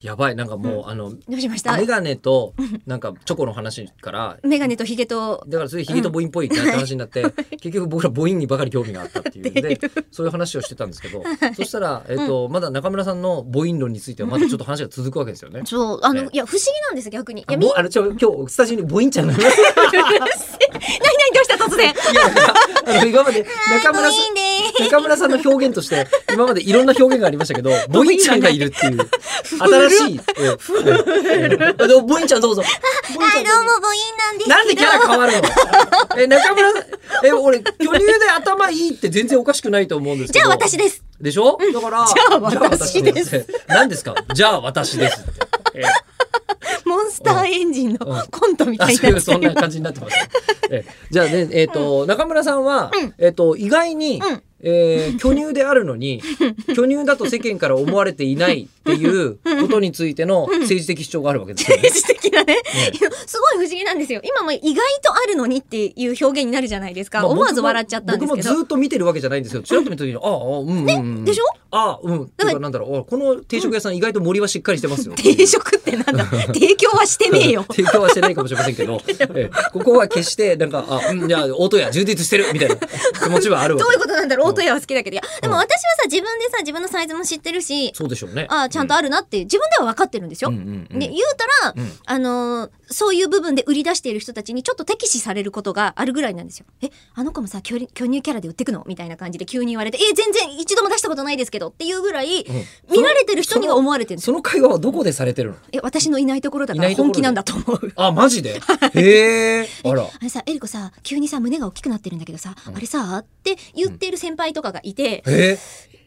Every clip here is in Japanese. やばいなんかもう、あのどうしましたメガネとなんかチョコの話からメガネとヒゲとだからそれヒゲと母音っぽいって話になって、結局僕ら母音にばかり興味があったっていうのでそういう話をしてたんですけど、そしたら、えっとまだ中村さんの母音論についてはまだちょっと話が続くわけですよね。そうあの、ねいや不思議なんです逆にいあやみんぼなあのちょ今日スタジオに母音ちゃんがいます何何どうした突然いや あの今まで中村さいいんね中村さんの表現として今までいろんな表現がありましたけど母音ちゃんがいるって いう新しいええええでも母音ちゃんどうぞ母音ちゃんどうぞも母音なんでなんでキャラ変わ るのえ、中村さん、え、俺、巨乳で頭いいって全然おかしくないと思うんですけじゃど。あ私で。ですでしょだから、じゃあ私ですじゃあ私です。何ですかじゃあ私 ですって。えモンスターエンジンのうんコントみあたいにそういうなっちゃそんうな感じになってます。えじゃあね、えっ、と、中村さんは、えっ、と、意外に、うんえー巨乳であるの に、巨乳だと世間から思われていないっていうことについての政治的主張があるわけですよね。政治的なねえいやすごい不思議なんですよ今も意外とあるのにっていう表現になるじゃないですか、まあ思わず笑っちゃったんですけ僕ども僕もずっと見てるわけじゃないんですよ。ちらっと見た時に、ああ、うんうんうん。でしょああ、うん。てだいかうか、らなんだろう、あこの定食屋さん意外と森はしっかりしてますよ。 定食ってなんだ提供はしてねえよ 提供はしてないかもしれませんけ ど、ええここは決して、なんか、あ、うん、いや、音や充実してるみたいな 気持ちはあるわどうけ。いうことなんだろうオートエアは好きだけどいやでも私はさ自分でさ自分のサイズも知ってるしそうでしょうね。あちゃんとあるなって自分では分かってるんですよ。うんうんうんで言うたら、うんあのーそういう部分で売り出している人たちにちょっと敵視されることがあるぐらいなんですよ。えあの子もさ巨巨乳キャラで売ってくのみたいな感じで急に言われて「え全然一度も出したことないですけど」っていうぐらい、ん見られてる人には思われてるんですよ。その会話はどこでされ てるのえ私のいないところだかいならいところ本で気なんだと思 う。あ、マジ でへえ。あら。あれさエリコさ急にさ胸が大きくなってるんだけどさ、あれさって言ってる先輩とかがいて、へえ。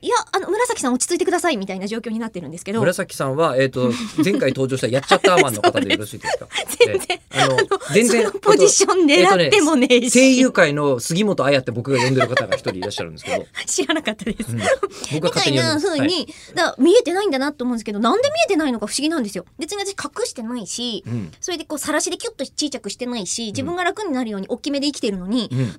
いやあの紫さん落ち着いてくださいみたいな状況になってるんですけど紫さんは、えっ、 と、前回登場したやっちゃったアマンの方でよろしいですか全然ええあの、全然。そのポジション狙ってもねえし、声優界の杉本彩って僕が呼んでる方が一人いらっしゃるんです けど、 知らなかったです。うん僕みがた勝手いに呼んでなます。風に、はいだから見えてないんだなと思うんですけど、なんで見えてないのか不思議なんですよ。別に私隠してないし、うんそれでこう、晒しでキュッと小さくしてないし、自分が楽になるように大きめで生きてるのに、うんなんで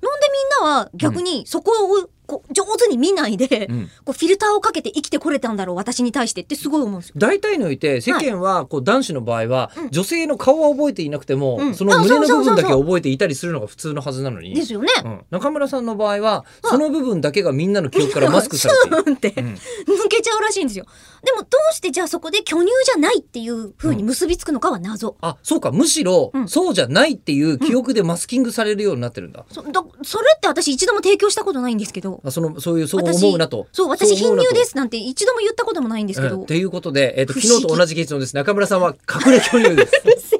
みんなは逆にそこをこう上手に見ないで、うんこうフィルターをかけて生きてこれたんだろう、私に対してってすごい思うんですよ。大体において世間はこう男子の場合は女性の顔は覚えていなくても、うんその胸のあそう部そうそうそう分だけ覚えていたりするのが普通のはずなのに、ですよね。うん中村さんの場合はその部分だけがみんなの記憶からマスク されている。うんって、うん抜けちゃうらしいんですよ。でもどうしてじゃあそこで巨乳じゃないっていう風に結びつくのかは謎。あそうかむしろ、うんそうじゃないっていう記憶でマスキングされるようになってるんだ。そだそれって私一度も提供したことないんですけどあそのそういうそう私思うなと。そう私そ貧う思うな乳とですなんて一度も言ったこともないんですけうんどと、いうことで、えっと不昨思議日と同じ結論です中村さんは隠れ巨乳です。